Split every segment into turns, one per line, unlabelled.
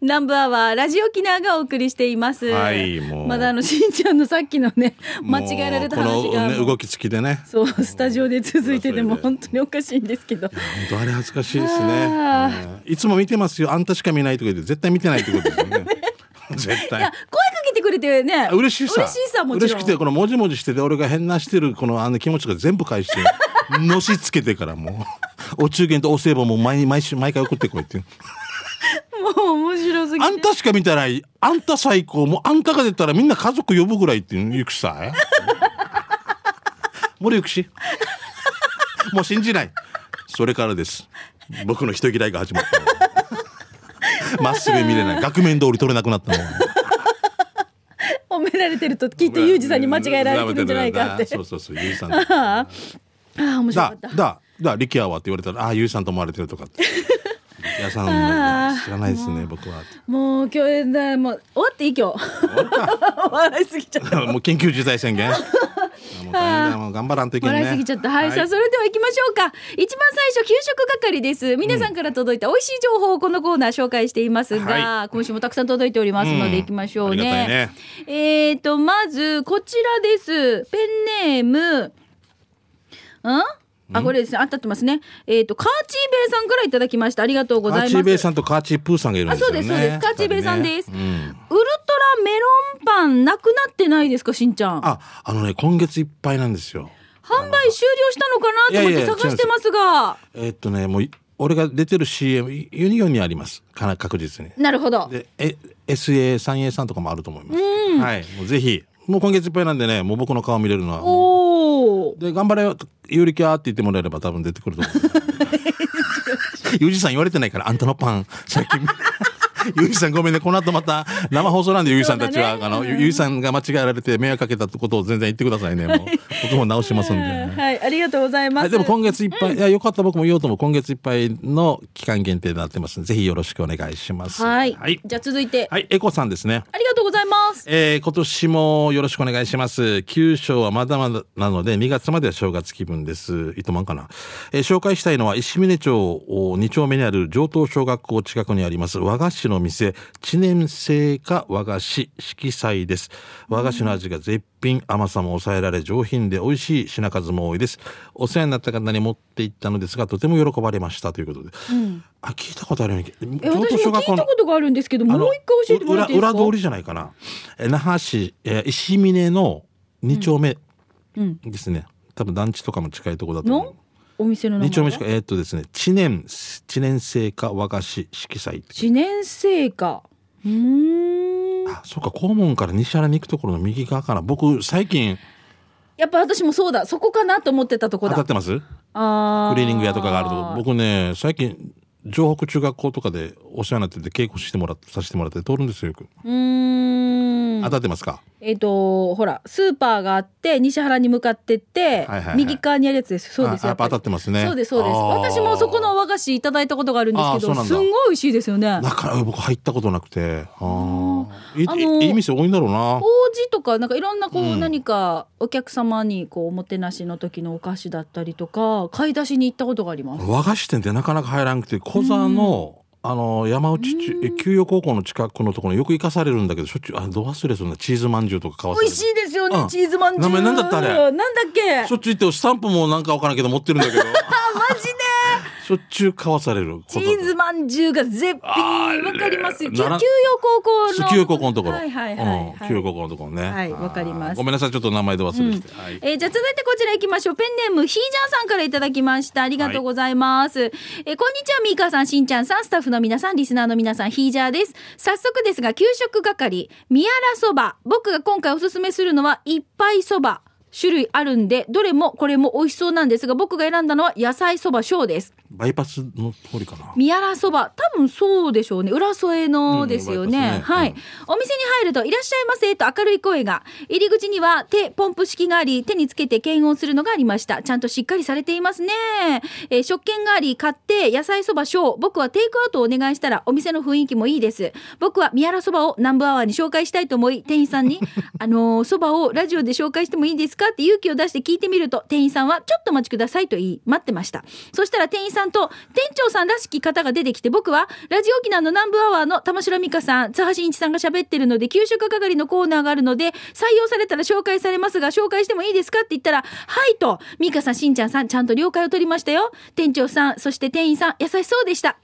南部アワーラジオキナーがお送りしています。
はいもう
まだあのしんちゃんのさっきのね間違えられた
もう
話
この、
が
ね、動きつきでね
そうスタジオで続いてても
それで
本当におかしいんですけど。
本当あれ恥ずかしいですね、
あ
うんいつも見てますよあんたしか見ないとか言って絶対見てないってことですよ ね絶
いや
対
声かけてくれてね
あ嬉しいさ
嬉しいさもちろん
嬉しくてこのもじもじしてて俺が変なしてるこのあの気持ちが全部返してのしつけてからもうお 中元とお歳暮も毎毎週毎回送ってこいって
もう面白すぎて
あんたしか見てないあんた最高もうあんたが出たらみんな家族呼ぶぐらいっていうゆくさ 森ゆくしもう信じないそれからです僕の人嫌いが始まったの まっすぐ見れない額面通り取れなくなったの
褒められてるときっとユージさんに間違えられてるんじゃないかって。
そうそうそうゆうじさんだ
ああー面白かった。
だだ力也はって言われたらああゆうじさんと思われてるとかって 力也さんなんだ知らないですね僕は
もう今日だもう終わっていい今日。 笑いすぎちゃった。
もう緊急事態 宣言あもう大変だもう頑張らんといけんね
笑いすぎちゃった。はい、さあ、それでは行きましょうか。一番最初、給食係です。皆さんから届いた美味しい情報をこのコーナー紹介していますが、
は
今週もたくさん届いておりますの
うん
で行きましょう
ありが
ね。えっ、と、まず、こちらです。ペンネーム、んあ、これですね。あったってますね。えっ、と、カーチーベイさんからいただきました。ありがとうござい
カ
ま
ー
す。
チーベイさんとカーチープーさんがいるんですよね
あそうですそうですカーチーベイさんです
二人ね
ウ
うん
ルトラメロンパンなくなってないですかしんちゃん販
ああのね今月いっぱいなんですよ
売終了したのかなと思
いや
っ
い
て
や
探してますが
えーっとねもうい俺が出てる CM ユニオンにありますかな確実に
なるほど
でえ SA 三 A さんとかもあると思います、はいもうぜひもう今月いっぱいなんでねもう僕の顔見れるのはも
おお
うで頑張れよゆりきゃーって言ってもらえれば多分出てくると思うゆうじさん言われてないからあんたのパンさっ きゆうじさんごめんねこの後また生放送なんでゆうじさんたちは、
そうだ
あ
ね
のゆゆうじさんが間違えられて迷惑かけたってことを全然言ってくださ いねもう僕も直しますんで、
はいありがとうございます
はい、でも今月いっぱい、いやよかった僕も言おうとも今月いっぱいの期間限定になってますのでぜひよろしくお願いします
はい、
はい、
じゃあ続いて、
はい、エコさんですね
ありがとうございます
えー今年もよろしくお願いします。九章はまだまだなので、2月までは正月気分です。糸満かな。えー紹介したいのは、石峰町を2丁目にある上東小学校近くにあります和菓子の店、知念製菓和菓子色彩です。和菓子の味が絶品、甘さも抑えられ上品で美味しい品数も多いです。お世話になった方に持って行ったのですが、とても喜ばれましたということで。あ、聞いたことあるよね。
え私も聞いたことがあるんですけども
あの
う一回教えてもらっていいですか
裏裏通りじゃないかな。え那覇市、えー石峰の二丁目
うん
ですね。多分団地とかも近いところだと思
の
う。
お店の名前
二丁目し
は
かえーっとですね。知念知念製菓和菓子色彩って。
知念製菓うーん
あ、そうか肛門から西原に行くところの右側かな。僕最近
やっぱ私もそうだそこかなと思ってたとこ
当
だ
たってます？ク
あ
リーニング屋とかがあるとこ
ろ。
僕ね最近城北中学校とかでお世話になってて稽古してもらっさせてもらって通るんですよよく。
うーん
当たってますか？
えっ、とほらスーパーがあって西原に向かってって、
はいはいはい
右側にあるやつですそうです
あ
よ
やっぱ当たってますね。
そうですそうです
あー
私もそこのお和菓子いただいたことがあるんです
あー
け
そう
ど
なんだ
すんごい美味しいですよ ね
だから僕入ったことなくて、あーいい
あの
いい店多いんだろうな
王。子とかなんかいろんなこう、
うん
何かお客様にこうおもてなしの時のお菓子だったりとか買い出しに行ったことがあります
和菓子店ってなかなか入らなくて、小座の、あの山内中え給与高校の近くのところによく行かされるんだけどしょっちゅうあど忘れするなチーズまんじゅうとか買わさ
美
れる
味しいですよね、
うん
チーズまんじゅう
名前なんだったあれ
なんだっけ
しょっちゅう行ってスタンプもなんかわからんけど持ってるんだけど
あマジで
しょっちゅう買わされる
チーズまんじゅうが絶
あ
品わ
れ
かりますよきゅ給
なら
与高校の
給与高校のところ
はいはいはい、
うん
はい
給与高校のところね
はいわかります
あーごめんなさいちょっと名前で忘れてて、はい
えーじゃあ続いてこちら行きましょう。ペンネーム、ヒージャンさんからいただきました。ありがとうございます。えーこんにちは、ミーカーさん、しんちゃんさん、スタッフの皆さん、リスナーの皆さん、ヒージャーです。早速ですが、給食係、宮良そば。僕が今回おすすめするのは、一杯そば。種類あるんで、どれもこれも美味しそうなんですが、僕が選んだのは野菜そば小です。
バイパスの通りかな
宮良そば多分そうでしょうね浦添のですよね,、
うんうん
はい、
うん
お店に入ると「いらっしゃいませ」と明るい声が入り口には手ポンプ式があり手につけて検温するのがありましたちゃんとしっかりされていますね、えー食券があり買って野菜そば小僕はテイクアウトをお願いしたらお店の雰囲気もいいです僕は 宮良そばを南部アワーに紹介したいと思い店員さんに「あのーそばをラジオで紹介してもいいですかかって勇気を出して聞いてみると、店員さんはちょっとお待ちくださいと言い、待ってました。そしたら店員さんと店長さんらしき方が出てきて、僕はラジオ沖縄の南部アワーの玉城美香さん、津波真一さんが喋ってるので、給食係のコーナーがあるので、採用されたら紹介されますが、紹介してもいいですかって言ったら、はいと、美香さん、しんちゃんさん、ちゃんと了解を取りましたよ。店長さん、そして店員さん、優しそうでした。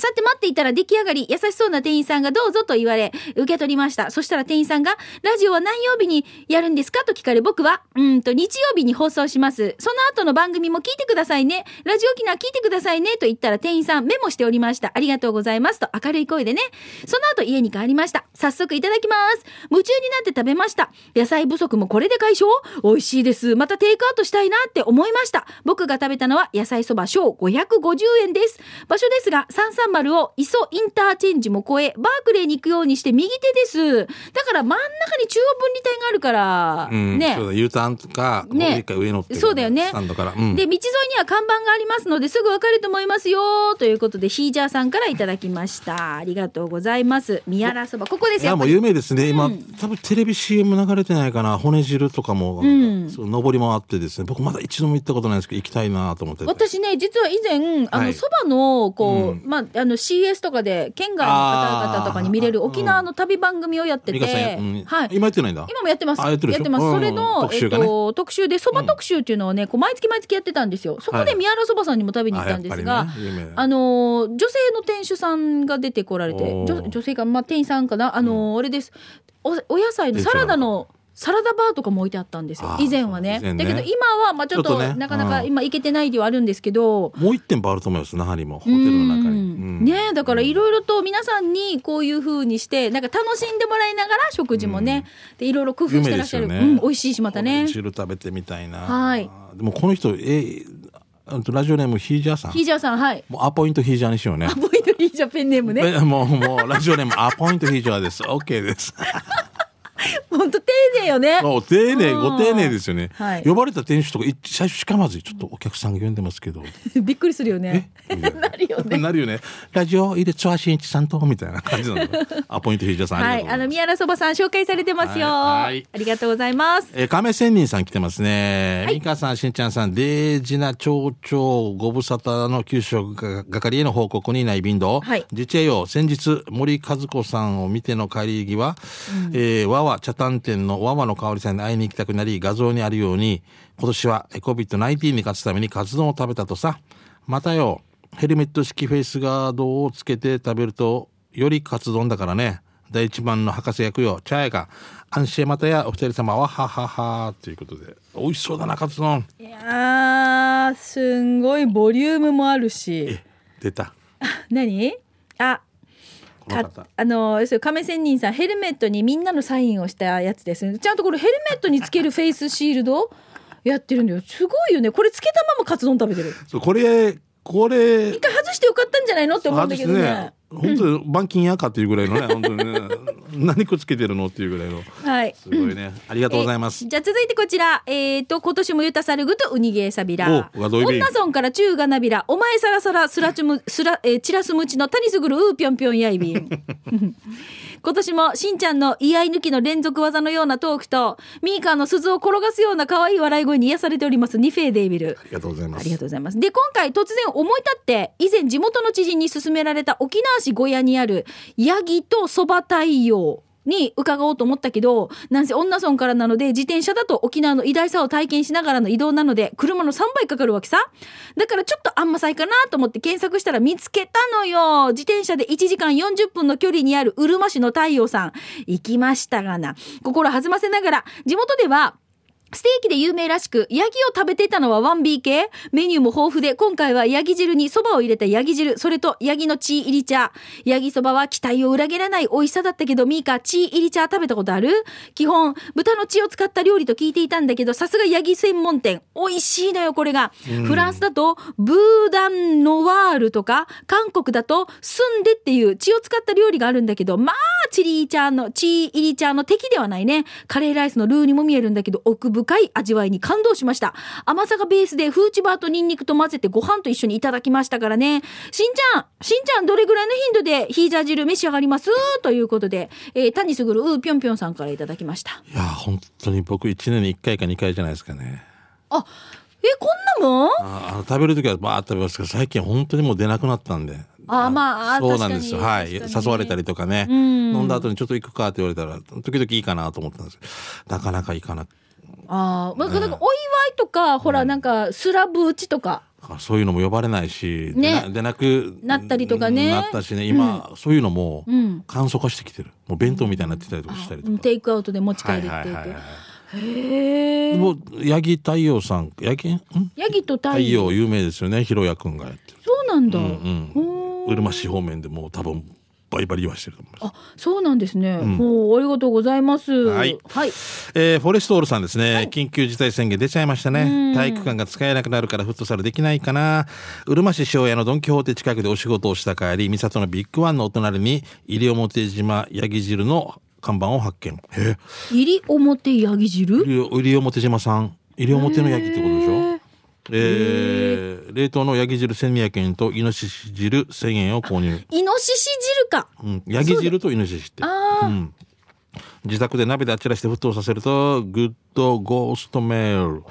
さて待っていたら出来上がり、優しそうな店員さんがどうぞと言われ、受け取りました。そしたら店員さんが、ラジオは何曜日にやるんですかと聞かれ、僕は、うーんと、日曜日に放送します。その後の番組も聞いてくださいね。ラジオ機能聞いてくださいね。と言ったら店員さんメモしておりました。ありがとうございます。と明るい声でね。その後家に帰りました。早速いただきます。夢中になって食べました。野菜不足もこれで解消美味しいです。またテイクアウトしたいなって思いました。僕が食べたのは野菜そば小550円です。場所ですが、330を磯インターチェンジも越え、バークレーに行くようにして右手です。だから真ん中に中央分離帯があるから、
うん、
ね
そう。だ U ターンとか、
ね
もう一回上乗ってる
そうだよね
スタンドから。うん
で、道沿いには看板がありますので、すぐわかると思いますよ。ということで、ヒージャーさんからいただきました。ありがとうございます。宮原そば、ここです
いや
よ。
もう有名ですね、今多分テレビ CM 流れてないかな骨汁とかも、
ん
そう上りもあってですね僕まだ一度も行ったことないんですけど行きたいなと思ってて
私ね、実は以前、あ
は
の、
い
そばの、こ
う
う、
ん
ま、あの、CS とかで、県外の方々とかに見れる
あー
沖縄の旅番組をやって
美香さん
て
うん、
はい。
今やってないんだ
今もやってます。
あやってるでしょ
ます。
うん
それの、
特
え
集
っ
がね
と、特集で、そば特集っていうのをね、こう、毎月毎月やってたんですよ。そこ
は
で
い
宮原そばさんにも食べに行ったんです
あやっ
が
ぱ、りね有名
あのー女性の店主さんが出てこられて
おー
女女性か、まあ、店員さんかなあのーあれですおお野菜のサラダのサラダバーとかも置いてあったんですよ
あー
以前はね
そう以前ね
だけど今は、まあ、ちょっ
ちょ
と
っとね
なかなか
うん
今行けてないではあるんですけど、
もう一店舗あると思います那覇にもホテルの中に、
うんねえだからい
い
ろいろと皆さんにこういう風にしてなんか楽しんでもらいながら食事もね、でいろいろ工夫してらっしゃる、
有名です
う
よね
ん、美味しいしまたね
骨汁食べてみたいな
はい
でもこの人えーあとラジオネームヒージャーさん
ヒージャーさんはい
もうアポイントヒージャーにしようね
アポイントヒージャーペンネームね
えもうもうラジオネームアポイントヒージャーです OK です
本当丁寧よね
もう丁寧、
うん
ご丁寧ですよね。
はい
呼ばれた店主とか、い最初しかまずい、ちょっとお客さんが呼んでますけど。
びっくりするよね
えみたい
なるよね
なるよね。ラジオ入れ、ツアーしんいちさんと、みたいな感じな の。アポイントヒージャーさん、あ
は
り
い、
が
あ
と
の
うございます。
宮原そばさん紹介されてますよ。
はいはい
ありがとうございます。
えー亀仙人さん来てますね。美香さん、しんちゃんさん、デージな町長ご無沙汰の給食係への報告にない便道。
はい
実はよ、先日、森和子さんを見ての帰り際、えー、わわ茶炭店のわわの香りさんに会いに行きたくなり、画像にあるように、今年は COVID-19 に勝つためにカツ丼を食べたとさ。またよ、ヘルメット式フェイスガードをつけて食べると、よりカツ丼だからね。第一番の博士役よ、茶屋が、安心またや、お二人様は、ははは、ということで。美味しそうだな、カツ丼。
いやー、すんごいボリュームもあるし。
出た。
何あ、
この
か
方。
あの、そう亀仙人さん、ヘルメットにみんなのサインをしたやつですね。ちゃんとこれヘルメットにつけるフェイスシールド やってるんだよ。すごいよね。これつけたままカツ丼食べてる。
そうこれ、これ、
一回外してよかったんじゃないのって思うんだけどね。
本当に板金やかっていうぐらいの ね、本当にね、何くっつけてるのっていうぐらいの。
はい。
すごいね。ありがとうございます
え。じゃあ続いてこちら。えっ、と、今年もゆたさるぐとウニゲーサビラ。
おうわどういう意味
女村から中がなびら。お前さらさらすらち む、すら、えー、ちらすむちの谷すぐるうーぴょんぴょん やいびん。今年もしんちゃんの居合抜きの連続技のようなトークと、ミーカーの鈴を転がすような可愛い笑い声に癒されております、ニフェーデイビル
あ。りがとうございま
あ
す。
りがとうございます。で、今回突然思い立って、以前地元の知人に勧められた沖縄市小屋にある、ヤギとそば太陽に伺おうと思ったけど、なんせ女村からなので、自転車だと沖縄の偉大さを体験しながらの移動なので、車の3倍かかるわけさ。だからちょっとあんまさいかなと思って検索したら見つけたのよ。自転車で1時間40分の距離にあるうるま市の太陽さん。行きましたがな。心弾ませながら、地元では、ステーキで有名らしく、ヤギを食べていたのは 1BK? メニューも豊富で、今回はヤギ汁に蕎麦を入れたヤギ汁、それとヤギのチー入り茶。ヤギ蕎麦は期待を裏切らない美味しさだったけど、ミーカ、チー入り茶食べたことある基本、豚の血を使った料理と聞いていたんだけど、さすがヤギ専門店。美味しいのよ、これが。フランスだと、ブーダンノワールとか、韓国だと、スンデっていう血を使った料理があるんだけど、まあ、チリーちゃんの、チーイリちゃんの敵ではないね。カレーライスのルーにも見えるんだけど、奥深い味わいに感動しました。甘さがベースで、フーチバーとニンニクと混ぜてご飯と一緒にいただきましたからね。しんちゃん、しんちゃんどれぐらいの頻度でヒージャー汁召し上がりますということで、えー、谷すぐるうーぴょんぴょんさんからいただきました。
いや、本当に僕1年に1回か2回じゃないですかね。
あ、え、こんなもん
ああの食べるときはバーッと食べますけど、最近本当にもう出なくなったんで。
あーまああー
そうなんですよ。
確か
はい。
に
誘
確かに
われたりとかね。
うん
飲んだ後にちょっと行くかって言われたら、時々いいかなと思ったんですけど、なかなか行かなく
ああ、なん
う
か
ん
なんかお祝いとか、ほら、なんかスラブ打ちとか。
あそういうのも呼ばれないし、
ね
でなでなく
なったりとかね
なったしね、今、そういうのも
うん
簡素化してきてる。もう弁当みたいになってたりとかしたりとか。
テイクアウトで持ち帰るって言って。へえ。
もう、八木太陽さん、八木ん
ヤギと太
太
陽。
陽有名ですよね、ひろやくんがやってる。
そうなんだ。
うん
ほ
う
ー
るま市方面でもう多分、バリバリ言わしてると思います。
あ、そうなんですね。ほうありがとうございます。
はい
はい。
えーフォレストオールさんですね、緊急事態宣言出ちゃいました
うん
ね体育館が使えなくなるからフットサルできないかなうるま市塩屋のドン・キホーテ近くでお仕事をした帰り三郷のビッグワンのお隣に西表島ヤギ汁の看板を発見え
入り表ヤギ汁。
西西表島さん西表のヤギってことで
へ
しょ
ー
えー冷凍のヤギ汁1200円とイノシシ汁1000円を購入
イノシシ汁か。
うん、ヤギ汁とイノシシって
ああ、
うん、自宅で鍋であちらして沸騰させるとグッドゴーストメール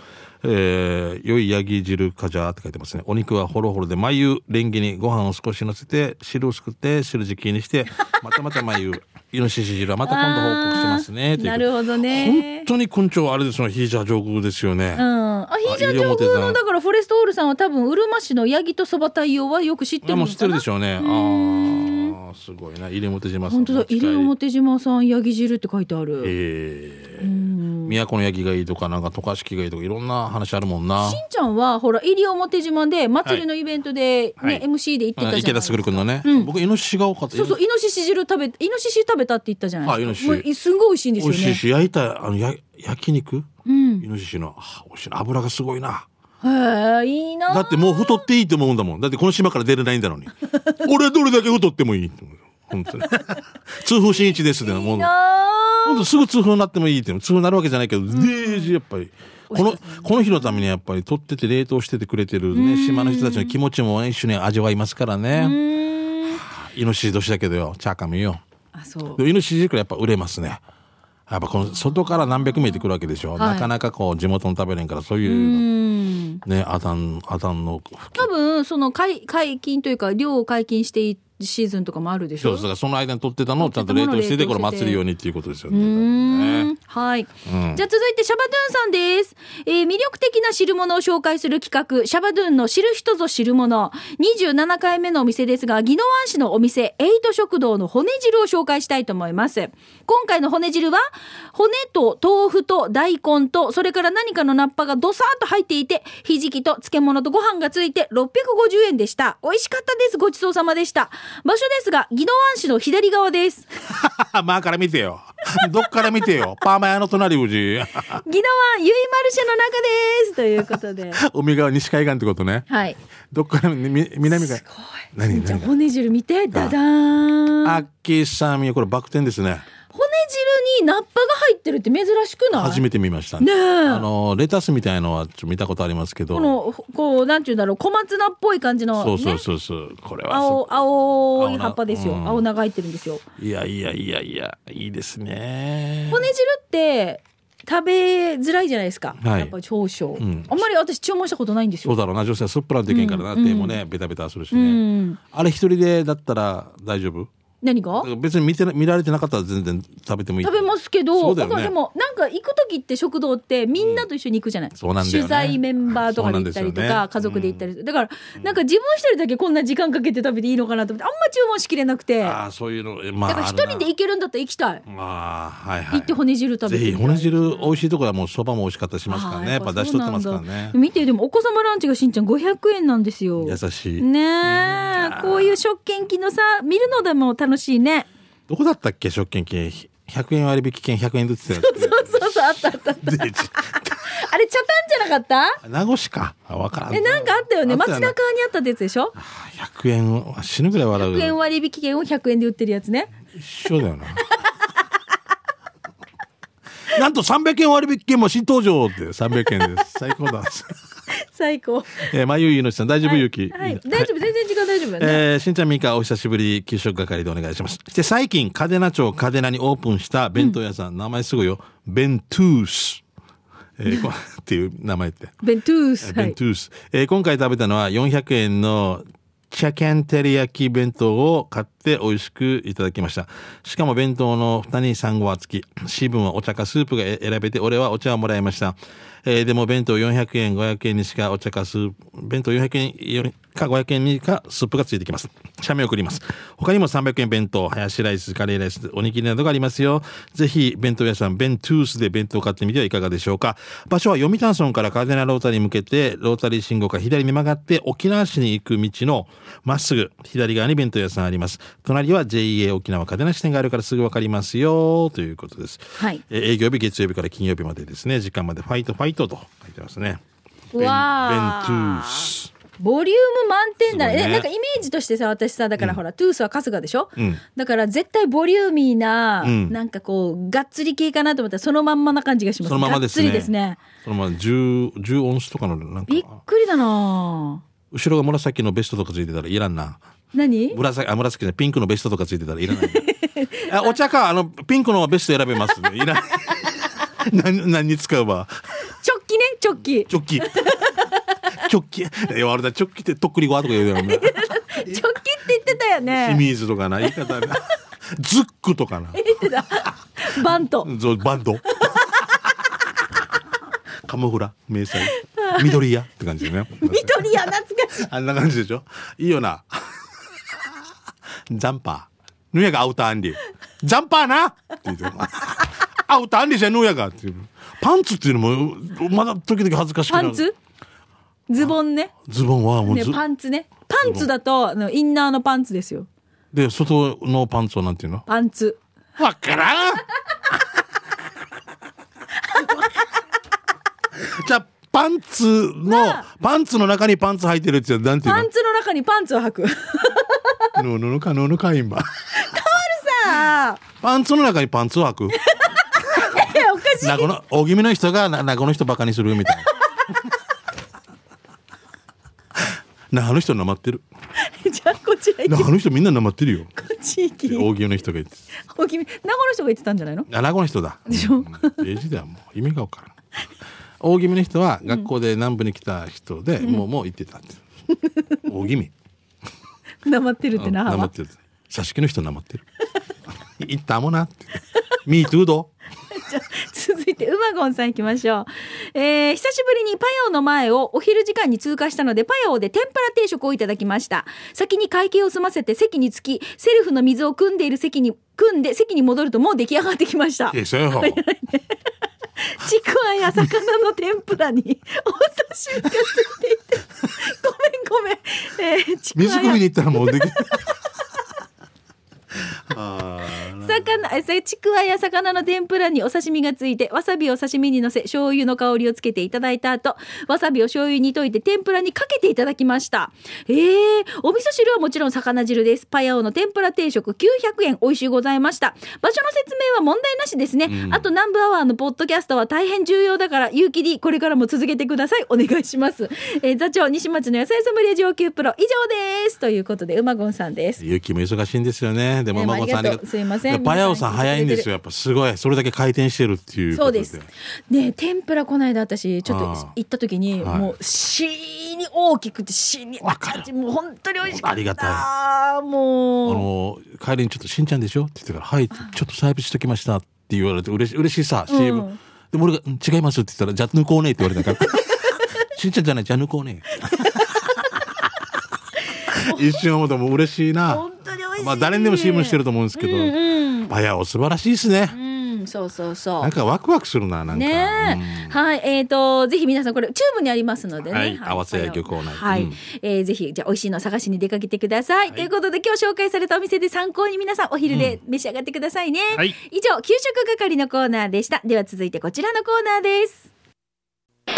えー、良いヤギ汁かじゃーって書いてますねお肉はホロホロで眉レンゲにご飯を少し乗せて汁をすくって汁じきにして またまた眉イノシシ汁はまた今度報告します
あ
ね
ー
という
なるほどね
本当に根性はあれですよヒージャー上空ですよね、
うん。あ、ヒージャー上空の、だからフォレストオールさんは多分、うるま市のヤギとそば太陽はよく知って
いや
るのかな。
もう知ってるでしょうねあーすごいな入表島さん
本当だ、入表島さんヤギ汁って書いてある。
えー、都の焼きがいいとかなんか渡嘉敷がいいとかいろんな話あるもんな
しんちゃんはほら入表島で祭りのイベントで、ね
はいはい
MC で行ってたじゃ
あ
ない
池田卓君のね、僕イノシシが多かった
そうそうイノシシ汁食べイノシシ食べたって言ったじゃないですか
あイノシシ
もうすんごい美味しいんです
美
よ
味しい
ね
し焼いたあのや焼肉、
うん
イノシシのあ美味しいな油がすごいな
へえいいな
だってもう太っていいって思うんだもんだってこの島から出れないんだの に俺どれだけ太ってもいいって思うよ本当に痛風真一ですでも
いういな
本当すぐ痛風になってもいいって痛風になるわけじゃないけど、デージやっぱり。この、この日のためにやっぱり取ってて冷凍しててくれてるね、島の人たちの気持ちも一緒に味わいますから
う
ね。
ーん
イノシシ年だけどよ、チャーカミよ。
あそう
でもイノシシ肉はやっぱ売れますね。やっぱこの外から何百名ってくるわけでし
は
ょ。
い
なかなかこう地元の食べれんから、そういうう、
ん
ね、アタン、アタンの
多分その解解禁というか量を解禁していいシーズンとかもあるでし
人
ょ
ですから、その間に取ってたのをちゃんと冷凍してて、これ祭るようにっていうことですよね。
うーん
ね
はい、じゃあ続いてシャバドゥンさんです、えー魅力的な汁物を紹介する企画シャバドゥンの知る人ぞ知るもの27回目のお店ですが宜野湾市のお店エイト食堂の骨汁を紹介したいと思います今回の骨汁は骨と豆腐と大根とそれから何かのナッパがドサーッと入っていてひじきと漬物とご飯がついて650円でした美味しかったですごちそうさまでした場所ですが宜野湾市の左側です
まあから見てよ。 どっから見てよ。パーマ屋の隣、うじ。
ギノワンゆいマルシェの中ですということで。
海側西海岸ってことね
はい。
どっからみみ南が何
じゃあ
何
骨汁見て、ダダーン。
あっきーさんみよこれバク転ですね
骨汁にナッパが入ってるって珍しくない
初めて見ました
ねえ
あのレタスみたいのはちょっと見たことありますけ
こ
ど
の、こう、なんていうんだろう、小松菜っぽい感じの、ね。
そうそうそうそうこれは
青、青い葉っぱですよ。
青菜うん
青菜が入ってるんですよ。
いやいやいやいやいいですね
骨汁って、食べづらいじゃないですか。
はい
やっぱ長所、
ん
あんまり私注文したことないんです
そ
よ。
うだろうな女性はスップランでいけんからな、
うん
手もねベタベタするし
う
ね、
ん。
あれ一人でだったら大丈夫
何が
だから別に見てな見られてなかったら全然食べてもいい
食べますけ
そ
ど、
うだ
だ
よ
か
ね
らでもなんか行く時って食堂ってみんなと一緒に行くじゃない、
そうなんだよね
取材メンバーとかで行ったりと
そうなんですよ
か、
ね
家族で行ったり、だからなんか自分一人だけこんな時間かけて食べていいのかなと思ってあんま注文しきれなくてだ
ああそういうのえまあ
から一人で
ある
行けるんだったら行きたい、
なあーはいはい
行って骨汁食べ
ぜ
て
ひ
みたい
骨汁美味しいところはもうそばも美味しかったりしますから
あー
ねやっぱ出し
そう
取っ
な
て
ん
ます
だ
からね
見てでもお子様ランチがしんちゃん500円なんですよ
優しい、
ねえこういう食券機のさ見るのでも楽しいね
どこだったっけ食券券100円割引券100円ずつってやつ
そうそうそうあったあった
でち
あれ茶炭じゃなかった
名護市かあ分からん
えなんかあったよね
あった
街
よ
中
ね
にあったってやつでしょ
100円死ぬぐらい笑う
100円割引券を100円で売ってるやつね。
一緒だよな なんと300円割引券も新登場で300円です。最高だ。
最高。
えー、まゆゆのしさん、大丈夫ゆき。
はいい
い。
大丈夫、全然時間大丈夫だね。
えー、しんちゃんみーかお久しぶり給食係でお願いしますそして最近嘉手納町嘉手納にオープンした弁当屋さん、名前すごいよベントゥース、えーこっていう名前って
ベントゥース。は
ベン
い。
トゥース、えー今回食べたのは400円のチャキャンテリ焼き弁当を買って美味しくいただきました。しかも弁当の蓋にサンゴは付き、シブンはお茶かスープがえ選べて、俺はお茶をもらいました。えーでも弁当400円、500円にしかお茶かスープ、弁当400円よりか500円にかスープがついてきます。写メを送ります。他にも300円弁当、ハヤシライス、カレーライス、おにぎりなどがありますよ。ぜひ弁当屋さん、ベントゥースで弁当を買ってみてはいかがでしょうか。場所は読谷村からカーデナロータリーに向けて、ロータリー信号から左に曲がって沖縄市に行く道のまっすぐ左側に弁当屋さんあります。隣は JA 沖縄カデナ支店があるからすぐわかりますよ、ということです。
はい
えー営業日月曜日から金曜日までですね、時間までファイトファイトと書いてますね。ベンベント
わー
ゥース。
ボリューム満点だね
すごいね
なんかイメージとしてさ私さだからほら、トゥースは春日でしょ、
ん
だから絶対ボリューミーな、
ん
なんかこうがっつり系かなと思ったらそのまんまな感じがします
そのままです
が
ね。
っつりですね
そのまま10、10オンスとかのなんか
びっ、くりだなぁ
後ろが紫のベストとかついてたらいらんな。
何
紫、あ、紫じゃない、ピンクのベストとかついてたらいらない。あお茶か、あの、ピンクのベスト選べます。いらん。 何、何に使うわ。
チョッキねチョッキチ
チョッキ。チョッキ。え、あれだ、チョッキってとっくりごわとか言うよね。
ョッキって言ってたよ
清
ね
水とかな、言い方な。ズックとかな。
言ってたバント
そうバンド。カモフラ、迷彩、緑屋って感じだね。
緑や懐かしい
あんな感じでしょいいよな。ジャンパー。ヌヤがアウターアンディ。ジャンパーなって言ってるアウターアンディじゃヌヤがっていう。パンツっていうのも、まだ時々恥ずかしくな
パ
る。
ンツズボンね
ズボンはもう
ね
ず、
パンツねパンツだとあのインナーのパンツですよ
で、外のパンツはなんていうの
パンツ
わからんじゃあ、パンツの、パンツの中にパンツ履いてるって言ったらなんていう
パ
の
ンツの中にパンツを履く
ぬぬぬかぬぬかいんば。
ああ
パンツの中にパンツを履く。
えおかしい
なこの大気味の人がななこの人バカにするみたい な。なあの人なまってる。
じゃあこちら行
な
き
あの人みんななまってるよ。
こっち行き
大気味の人が言って。
大きめ名古屋の人が言ってたんじゃないの
あなこの人だ。
でしょ
うんデイジだよもう意味がわからん。大気味の人は学校で南部に来た人で、もうもう行ってたって。大気味。
なまってるっ
う
て
ん
な
なまってる。挿し木の人なまってる。行ったもんなって。ミートゥード。
続いてうまごんさん行きましょう、えー久しぶりにパヤオの前をお昼時間に通過したのでパヤオで天ぷら定食をいただきました先に会計を済ませて席に着きセルフの水を汲んでいる席に汲んで席に戻るともう出来上がってきました
え、そうよ。
ちくわや魚の天ぷらにお刺身がついていてごめんごめん、えーちくわや
水汲みに行ったらもうでき る。あー
魚えさちくわや魚の天ぷらにお刺身がついてわさびを刺身にのせ醤油の香りをつけていただいた後わさびを醤油に溶いて天ぷらにかけていただきましたえー、お味噌汁はもちろん魚汁ですパヤオの天ぷら定食900円美味しいございました場所の説明は問題なしですね、あと南部アワーのポッドキャストは大変重要だから有機 D これからも続けてくださいお願いします、えー座長西町の野菜ソムリエ上級プロ以上ですということでうまごんさんです
ゆきも忙しいんですよね。でも、
ね
まこさん、
ありがとうすいません
でパヤオさん
皆さん
早いんですよ。やっぱすごい。それだけ回転してるっていうこ
そう
と
で
で。
す。ねえ天ぷらこの間私ちょっ
あ
と
あ
行った時に
はい
もうしーに大きくてしーに
わかる
あもう本当に美味しかった。
ありが
たい。
あ
もう
の、帰りにちょっとしんちゃんでしょって言ってから、はい、ちょっとサービスしときましたって言われて、嬉し嬉しいさ、
う
CM
ん。
でも俺が、うん違いますって言ったら、じゃあ抜こうねって言われた から。しんちゃんじゃない、じゃあ抜こうね。 一瞬思うともう嬉しいな
本。当に美味しい。
まあ、誰にでも CM してると思うんですけ
うんう
ど、
ん
パヤオ素晴らしいですね。
うんそうそうそう。
なんかワクワクするな、なんか。
ねえ、はい、えっ、と、ぜひ皆さん、これ、チューブにありますのでね。
はい合わせ野球コーナー
はい、
うん
えーぜひ、じゃあ、美味しいの探しに出かけてください。ということで、今日紹介されたお店で参考に皆さん、お昼で召し上がってくださいね。
はい
以上、給食係のコーナーでした。では、続いてこちらのコーナーです。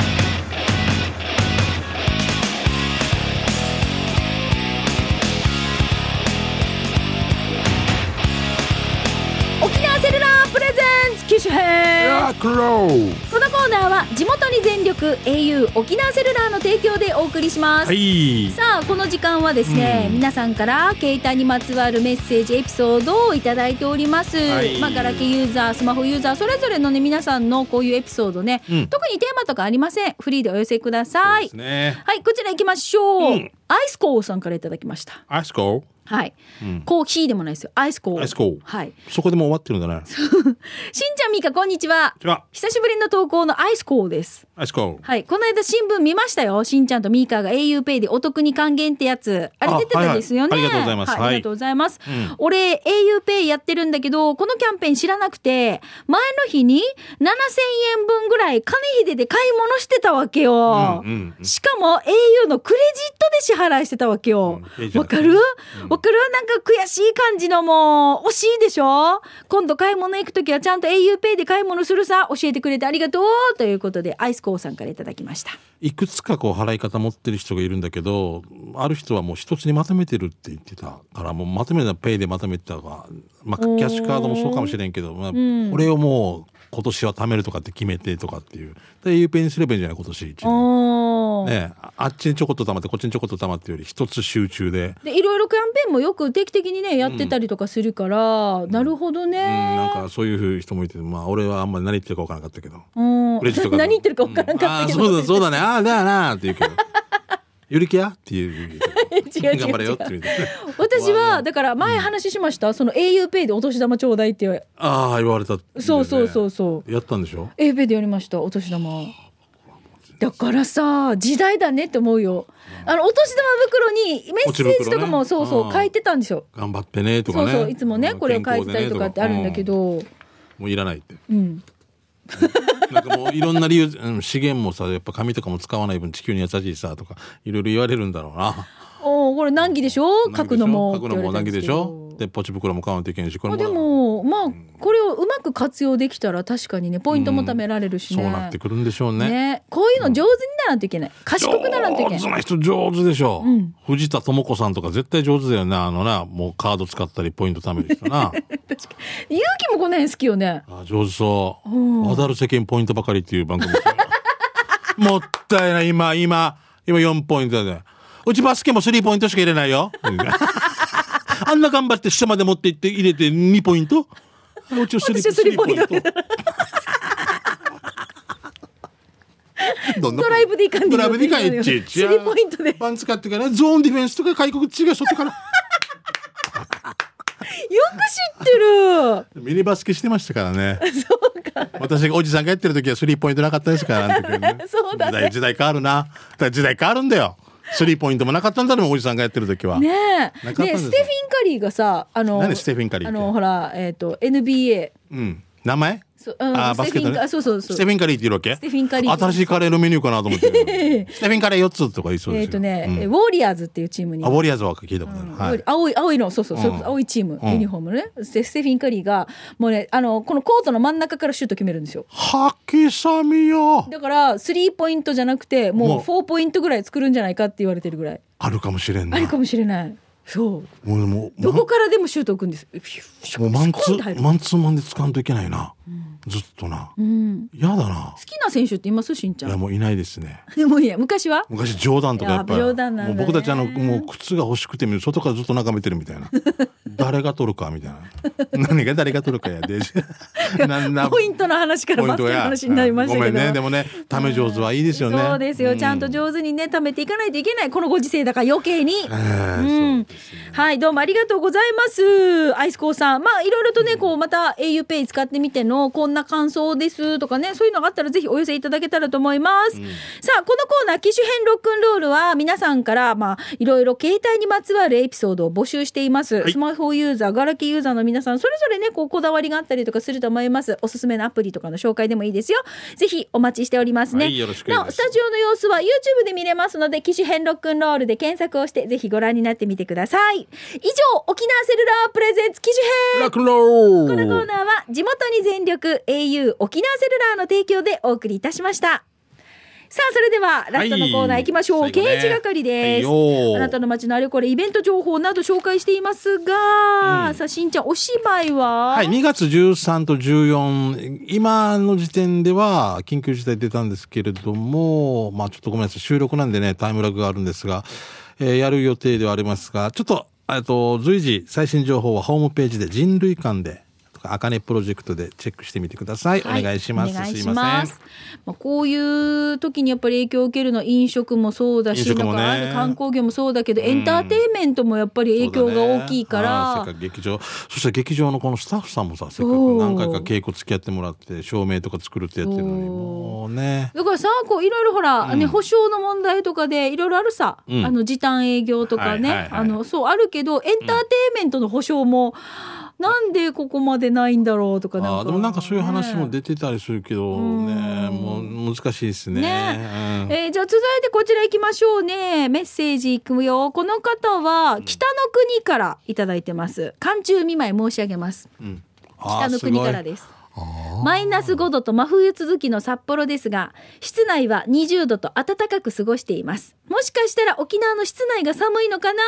沖縄セルラープレゼンツ機種編
ラクロー
このコーナーは地元に全力 au 沖縄セルラーの提供でお送りします、
はい
さあこの時間はですね、
うん
皆さんから携帯にまつわるメッセージエピソードをいただいております、
はい
まあガラケーユーザースマホユーザーそれぞれのね皆さんのこういうエピソードね、
うん
特にテーマとかありませんフリーでお寄せくださ
そう
い、
ですね
はいこちら行きましょう、
うん
アイスコーさんからいただきました
アイスコ
はい、
うん
コーヒーでもないですよアイスコー
アイスコー
はい
ーそこでもう終わってるんだね
しんちゃんみーかこんにちは
違う
久しぶりの投稿のアイスコーです
アイスコー
はい。この間新聞見ましたよ。しんちゃんとミーカーが auPay でお得に還元ってやつ。あれ
あ
出てたんですよね。
はいはいありがとうございます
は
はい
ありがとうございます。
うん
俺 auPay やってるんだけど、このキャンペーン知らなくて、前の日に7000円分ぐらい金秀で買い物してたわけよ。
うんうんうん
しかも au のクレジットで支払いしてたわけよ
うんいい。じゃ
わ、
ない
かるわかるなんか悔しい感じのもう、惜しいでしょ今度買い物行くときはちゃんと auPay で買い物するさ、教えてくれてありがとうということで、アイスコーさんからいただきました。
いくつかこう払い方持ってる人がいるんだけどある人はもう一つにまとめてるって言ってたからもうまとめたペイでまとめてたとか、まあ、キャッシュカードもそうかもしれんけど、まあ、これをもう今年は貯めるとかって決めてとかっていうで u ペイにすればいいんじゃない今年一年
おー
ねああっちにちょこっと貯まってこっちにちょこっと貯まってより一つ集中で、
でいろいろキャンペーンもよく定期的にねやってたりとかするから、なるほどね、
うん、なんかそういう人もいてまあ俺はあんまり何言ってるか分からなかったけど
うん
クレジットカー ド
何言ってるか分からんかったけど、
うんあーそうだそうだねああだよなって言 うけどゆりきやっていう
違う違う違う
頑張れよって言う
私はだから前話しました、その auPay でお年玉ちょうだいって
ああ言われた、
そうそうそうそう
うやったんでしょ
AFP でやりましたお年玉だからさ時代だねって思うよあのお年玉袋にメッセージとかも
落ち
そ
袋
うそ
ね
う
うん
書いてたんですよ
頑張ってねとか
そう
ね
そういつもねこれを書いてたりとかってあるんだけ、
うん健康で
ど
ねとかうんもういらないって
うん
なんかもういろんな理由、うん、資源もさやっぱ紙とかも使わない分地球に優しいさとかいろいろ言われるんだろうな
おーこれ難儀でしょ書くのも
書くのも難儀でしょ
って
でポチ袋も買わないといけないしこ
言
れ
わ
も
れたんですけどあでもまあこれをうまく活用できたら確かにねポイントも貯められるし
そ
ね
うなってくるんでしょうね
ねこういうの上手にならんといけない賢くならんといけ
上手
ない
な人上手でしょ、
うん
藤田智子さんとか絶対上手だよねあのなもうカード使ったりポイント貯める 人な
勇気もこの辺好きよね
あ上手そうう「渡る世間ポイントばかり」っていう番組 もったいない今今今4ポイントだねうちバスケも3ポイントしか入れないよ あんな頑張って下まで持って行って入れて2ポイントうち
私は3ポイント
3どんな
ドライブでいかん
ドライブでいかんいちいち
スリーポイントで
パン使ってからゾーンディフェンスとか開国地が 外から
よく知ってる。
ミニバスケしてましたからね。私がおじさんがやってる時はスリーポイントなかったですから、あの時はね
そうだね
時代、時代変わるな。だから時代変わるんだよ。スリーポイントもなかったんだもん、おじさんがやってる時は。
ねえ。
な
ね
かったですよ
ステフィンカリーがさ、あの。
何ステフィンカリー
あ
って
の、ほら、えっ、と、N. B. A.。
うん。名前
そううん
あーバスケッ
ステフ
ト
ィンカ
ね。
そうそうそう
ステフィンカリーって言うわけス
テフィンカリー
新しいカレーのメニューかなと 思って。ステフィンカレー4つとか言いそう
え
で
っ、
す
と
よ。
ね、
うん
えウォーリアーズっていうチームに。
あ、ウォリアーズは聞いたことある。はい。
青い青いのそうそうそう、
うん
青いチーム
うん
ユニフォームのね、でステフィン・カリーがもうねあのこのコートの真ん中からシュート決めるんですよ
はきさみよ
だからスリーポイントじゃなくても
も
う
う
フォーポイントぐらい作るんじゃないかって言われてるぐらい
あるかもしれ
あ
んな
り
い。
かもしれないそう
もう、もう、
どこからでもシュート置くんです
もうマンツ
スコンって入
ー、
る
マンツーマンで使わんといけないな。ずっとな。
うん
嫌だな
好。きな選手っていますしんちゃ
いや、
ん
もういないですね。
でもいいや昔は
昔冗談とかやっぱ
い
り
や冗談なんだ
も
ね
う僕たちあのもう靴が欲しくて外からずっと眺めてるみたい な誰が取るかみたいな何が誰が取るか やでなんな
ポイントの話からバスケの話になりましたけど。
ごめんねでもねため上手はいいですよね
そうですよ、ちゃんと上手にね貯めていかないといけないこのご時世だから余 計に。
え
う
ー
んはいどうもありがとうございますアイスコーさんまあいろいろとねこうまた auPay 使ってみてのこんな感想ですとかねそういうのがあったらぜひお寄せいただけたらと思います、さあこのコーナー機種編ロックンロールは皆さんからまあいろいろ携帯にまつわるエピソードを募集しています、
い
スマホユーザーガラケーユーザーの皆さんそれぞれねこうこだわりがあったりとかすると思いますおすすめのアプリとかの紹介でもいいですよぜひお待ちしておりますね、
はいよろしくお
な
願いします
おスタジオの様子は YouTube で見れますので、機種変ロックンロールで検索をして、ぜひご覧になってみてください。以上、沖縄セルラープレゼンツ機種編
ラックンロ
このコ
ー
ーナーは地元に全力 au 沖縄セルラーの提供でお送りいたしました。さあ、それでは、ラストのコーナー行きましょう。
はい
刑
最後ね
事係です。
はいよ
あなたの街のあれこれ、イベント情報など紹介していますが、さあ、しんちゃん、お芝居は、
はい、2月13と14、今の時点では緊急事態出たんですけれども、まあちょっとごめんなさい、収録なんでね、タイムラグがあるんですが、えーやる予定ではありますが、ちょっと、えっと、随時、最新情報はホームページで人類館で、とか、あかねプロジェクトでチェックしてみてください。
はい
お願いします。
お願い
すい
し
ま
ま
せん
す。。まあ、こういう時にやっぱり影響を受けるのは飲食もそうだし、
飲食もね
なんかある観光業もそうだけど、エンターテインメントもやっぱり影響が大きいか
そ
ら
うだねはい、せっかく劇場そして劇場のこのスタッフさんもさせっ
そ
かく
う
何回か稽古付き合ってもらって照明とか作るってやってるのに
そう
もうね
だからさこういろいろほら、ね保証の問題とかでいろいろあるさ、
うん
あの時短営業とかね、
はいはいはい
あのそうあるけどエンターテインメントの保証も、なんでここまでないんだろうとかなんか
あーでもなんかそういう話も出てたりするけどねもう難しいですね
ね
うん
えーじゃあ続いてこちら行きましょうねメッセージいくよこの方は北の国からいただいてます寒中見舞い申し上げます
あー
北の国から
す
ですマイナス5度と真冬続きの札幌ですが室内は20度と暖かく過ごしていますもしかしたら沖縄の室内が寒いのかな、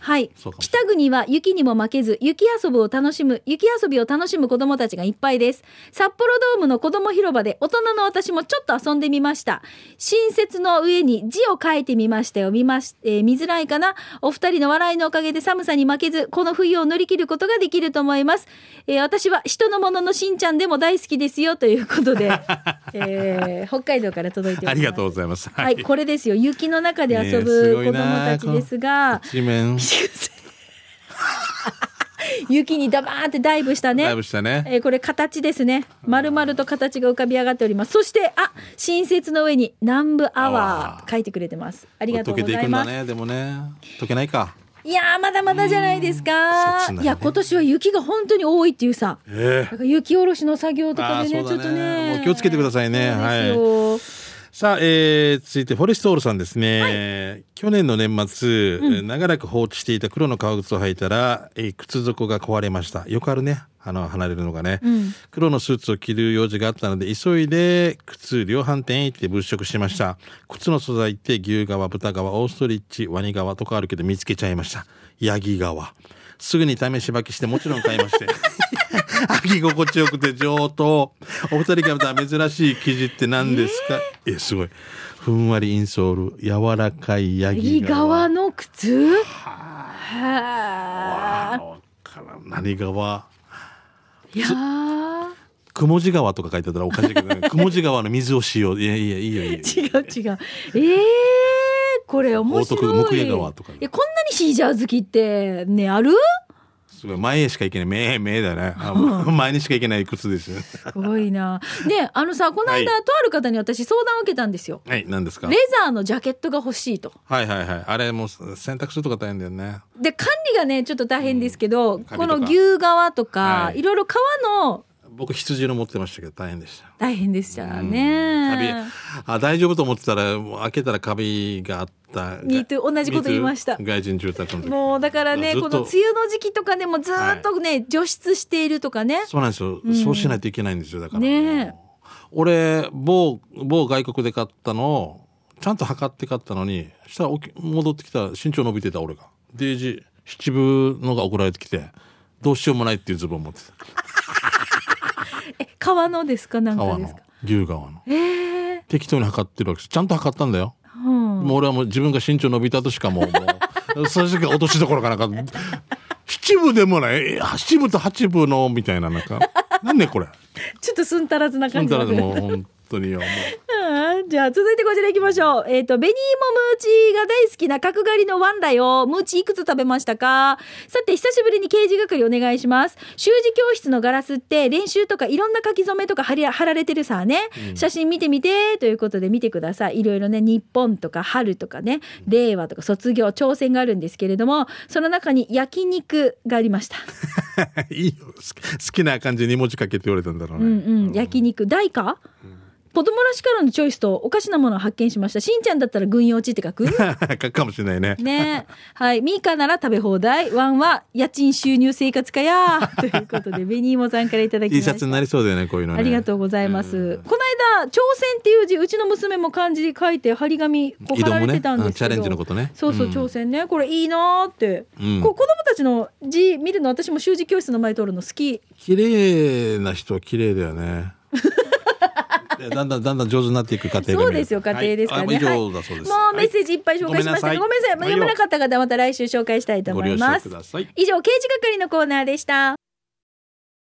はい
そうかもし
北国は雪にも負けず雪遊びを楽しむ雪遊びを楽しむ子どもたちがいっぱいです札幌ドームの子ども広場で大人の私もちょっと遊んでみました新雪の上に字を書いてみましたよ見まし、えー見づらいかなお二人の笑いのおかげで寒さに負けずこの冬を乗り切ることができると思います、えー私は人のもののしんちゃんでも大好きですよということ で、えー北海道から届いております
ありがとうございます
はい、これですよ雪の中で遊
ねえす
ぶ子
ごい
ども
な
たちですが、
一面
雪にダバーンってダイブしたね
だいぶしたね
えーこれ形ですね丸々と形が浮かび上がっておりますそしてあ新雪の上に南部アワ
あ
ー書いてくれてますありがと
溶
う
け
ご
てい
ざ
く
い
んだ
ますい,、
ねでもね溶けないか
やーまだまだじゃないです
うん
か,、
切ないいね
や今年は雪が本当に多いっていうさ
え
だから雪下ろしの作業とかでね
あー
ち
そ
ょ
う
っ
だね
とね
もう気をつけてくださいね
そうですよ
さあ、えー、続いてフォレストオールさんですね。去年の年末、えー長らく放置していた黒の革靴を履いたら、えー靴底が壊れました。よくあるね。あの、離れるのがね、黒のスーツを着る用事があったので、急いで靴量販店へ行って物色しました。靴の素材って牛革、豚革、オーストリッチ、ワニ革とかあるけど見つけちゃいました。ヤギ革。すぐに試し履きしてもちろん買いまして。履き心地よくて上等。お二人が見たら珍しい生地って何ですか、えすごい。ふんわりインソール、柔らかいヤギ
右
側
側
の。
の靴はあ
から何側
いやー
くもじ川とか書いてあったらおかしいけど ね。くもじ川の水を使用。いやいや、いいよいい
違
よ。
う違う。ええこれ面白い。
大徳木目川とかね
いやこんなにヒージャー好きってねある？
すごい。前へしか行けない。目、目だね。あ前にしか行けない靴ですよね。
すごいな。ねあのさこの間、
は
とある方に私相談を受けたんですよ。
はい、何ですか
レザーのジャケットが欲しいと。
はいはいはい。あれもう洗濯するとか大変だよね。
で管理がねちょっと大変ですけど、
カビとか
この牛革とか、
はい
い、ろいろ革の
僕羊の持ってましたけど大変でした。
大変でした
カビ
ね。
あ大丈夫と思ってたらもう開けたらカビがあったが
Me too 同じこと言いました
Me too 外人住宅の時
もうだからね
ずっ
ことの梅雨の時期とかでもずーっとね、除湿しているとかね。
そうなんですよ、そうしないといけないんですよだから
ねえ
俺某某外国で買ったのをちゃんと測って買ったのにしたらおき戻ってきたら身長伸びてた俺がデイジー七分のが送られてきてどうしようもないっていうズボン持ってた
え革のですかなんか
川
です
の
か。
牛川の
ええ
適当に測ってるわけですちゃんと測ったんだよ
うん。
もう俺はもう自分が身長伸びたとしかもう、もうそれしか落としどころがなかった。七分でもない、え七分と八分の、みたいな、なんか、なんでこれ。
ちょっとすんたらずな
ほ
感
ん
じだ
たらで
ね
もう本当によ、もう
うんじゃあ続いてこちら行きましょう。えっ、と、ベニーモムーチが大好きな角刈りのワンラよ。ムーチいくつ食べましたかさて、久しぶりに刑事係お願いします。習字教室のガラスって練習とかいろんな書き初めとか貼り貼られてるさね。写真見てみてということで見てください。いろいろね、日本とか春とかね、令和とか卒業、挑戦があるんですけれども、その中に焼肉がありました。
いいよ。好き好きな感じに文字かけて言われたんだろうね。
うんうん、焼肉大か、子供らしからのチョイスとおかしなものを発見しました。しんちゃんだったら軍用地って書 く
書くかもしれないね。
ねはい。ミーカなら食べ放題。ワンは家賃収入生活かや ー。ということで、ベニーモさんからいただきま
T
し
シ
た
ャ。ツになりそうだよね、こういうのね。
ありがとうございます。
うん
この間、挑戦っていう字、うちの娘も漢字で書いて、張り紙、こう
移
貼
動
ら
も
れ
ね、
てたん
う
で
ん
すけ
チ
ど、
ャレンジのことね。
そうそう、
ん
挑戦ね。これいいなーって。
うん
こう子供たちの字見るの、私も習字教室の前通るの好き。
綺麗な人は綺麗だよ ね。でだんだんだんだん上手になっていく過程が見える
そうですよ、家庭ですからね。
はいあ以上だそうです。
もうメッセージいっぱい紹介しましたけど、
は
ごめんなさい、読めなかった方はまた来週紹介したいと
ご
思
了
いま
承
す
く。ださい。
以上、刑事係のコーナーでした。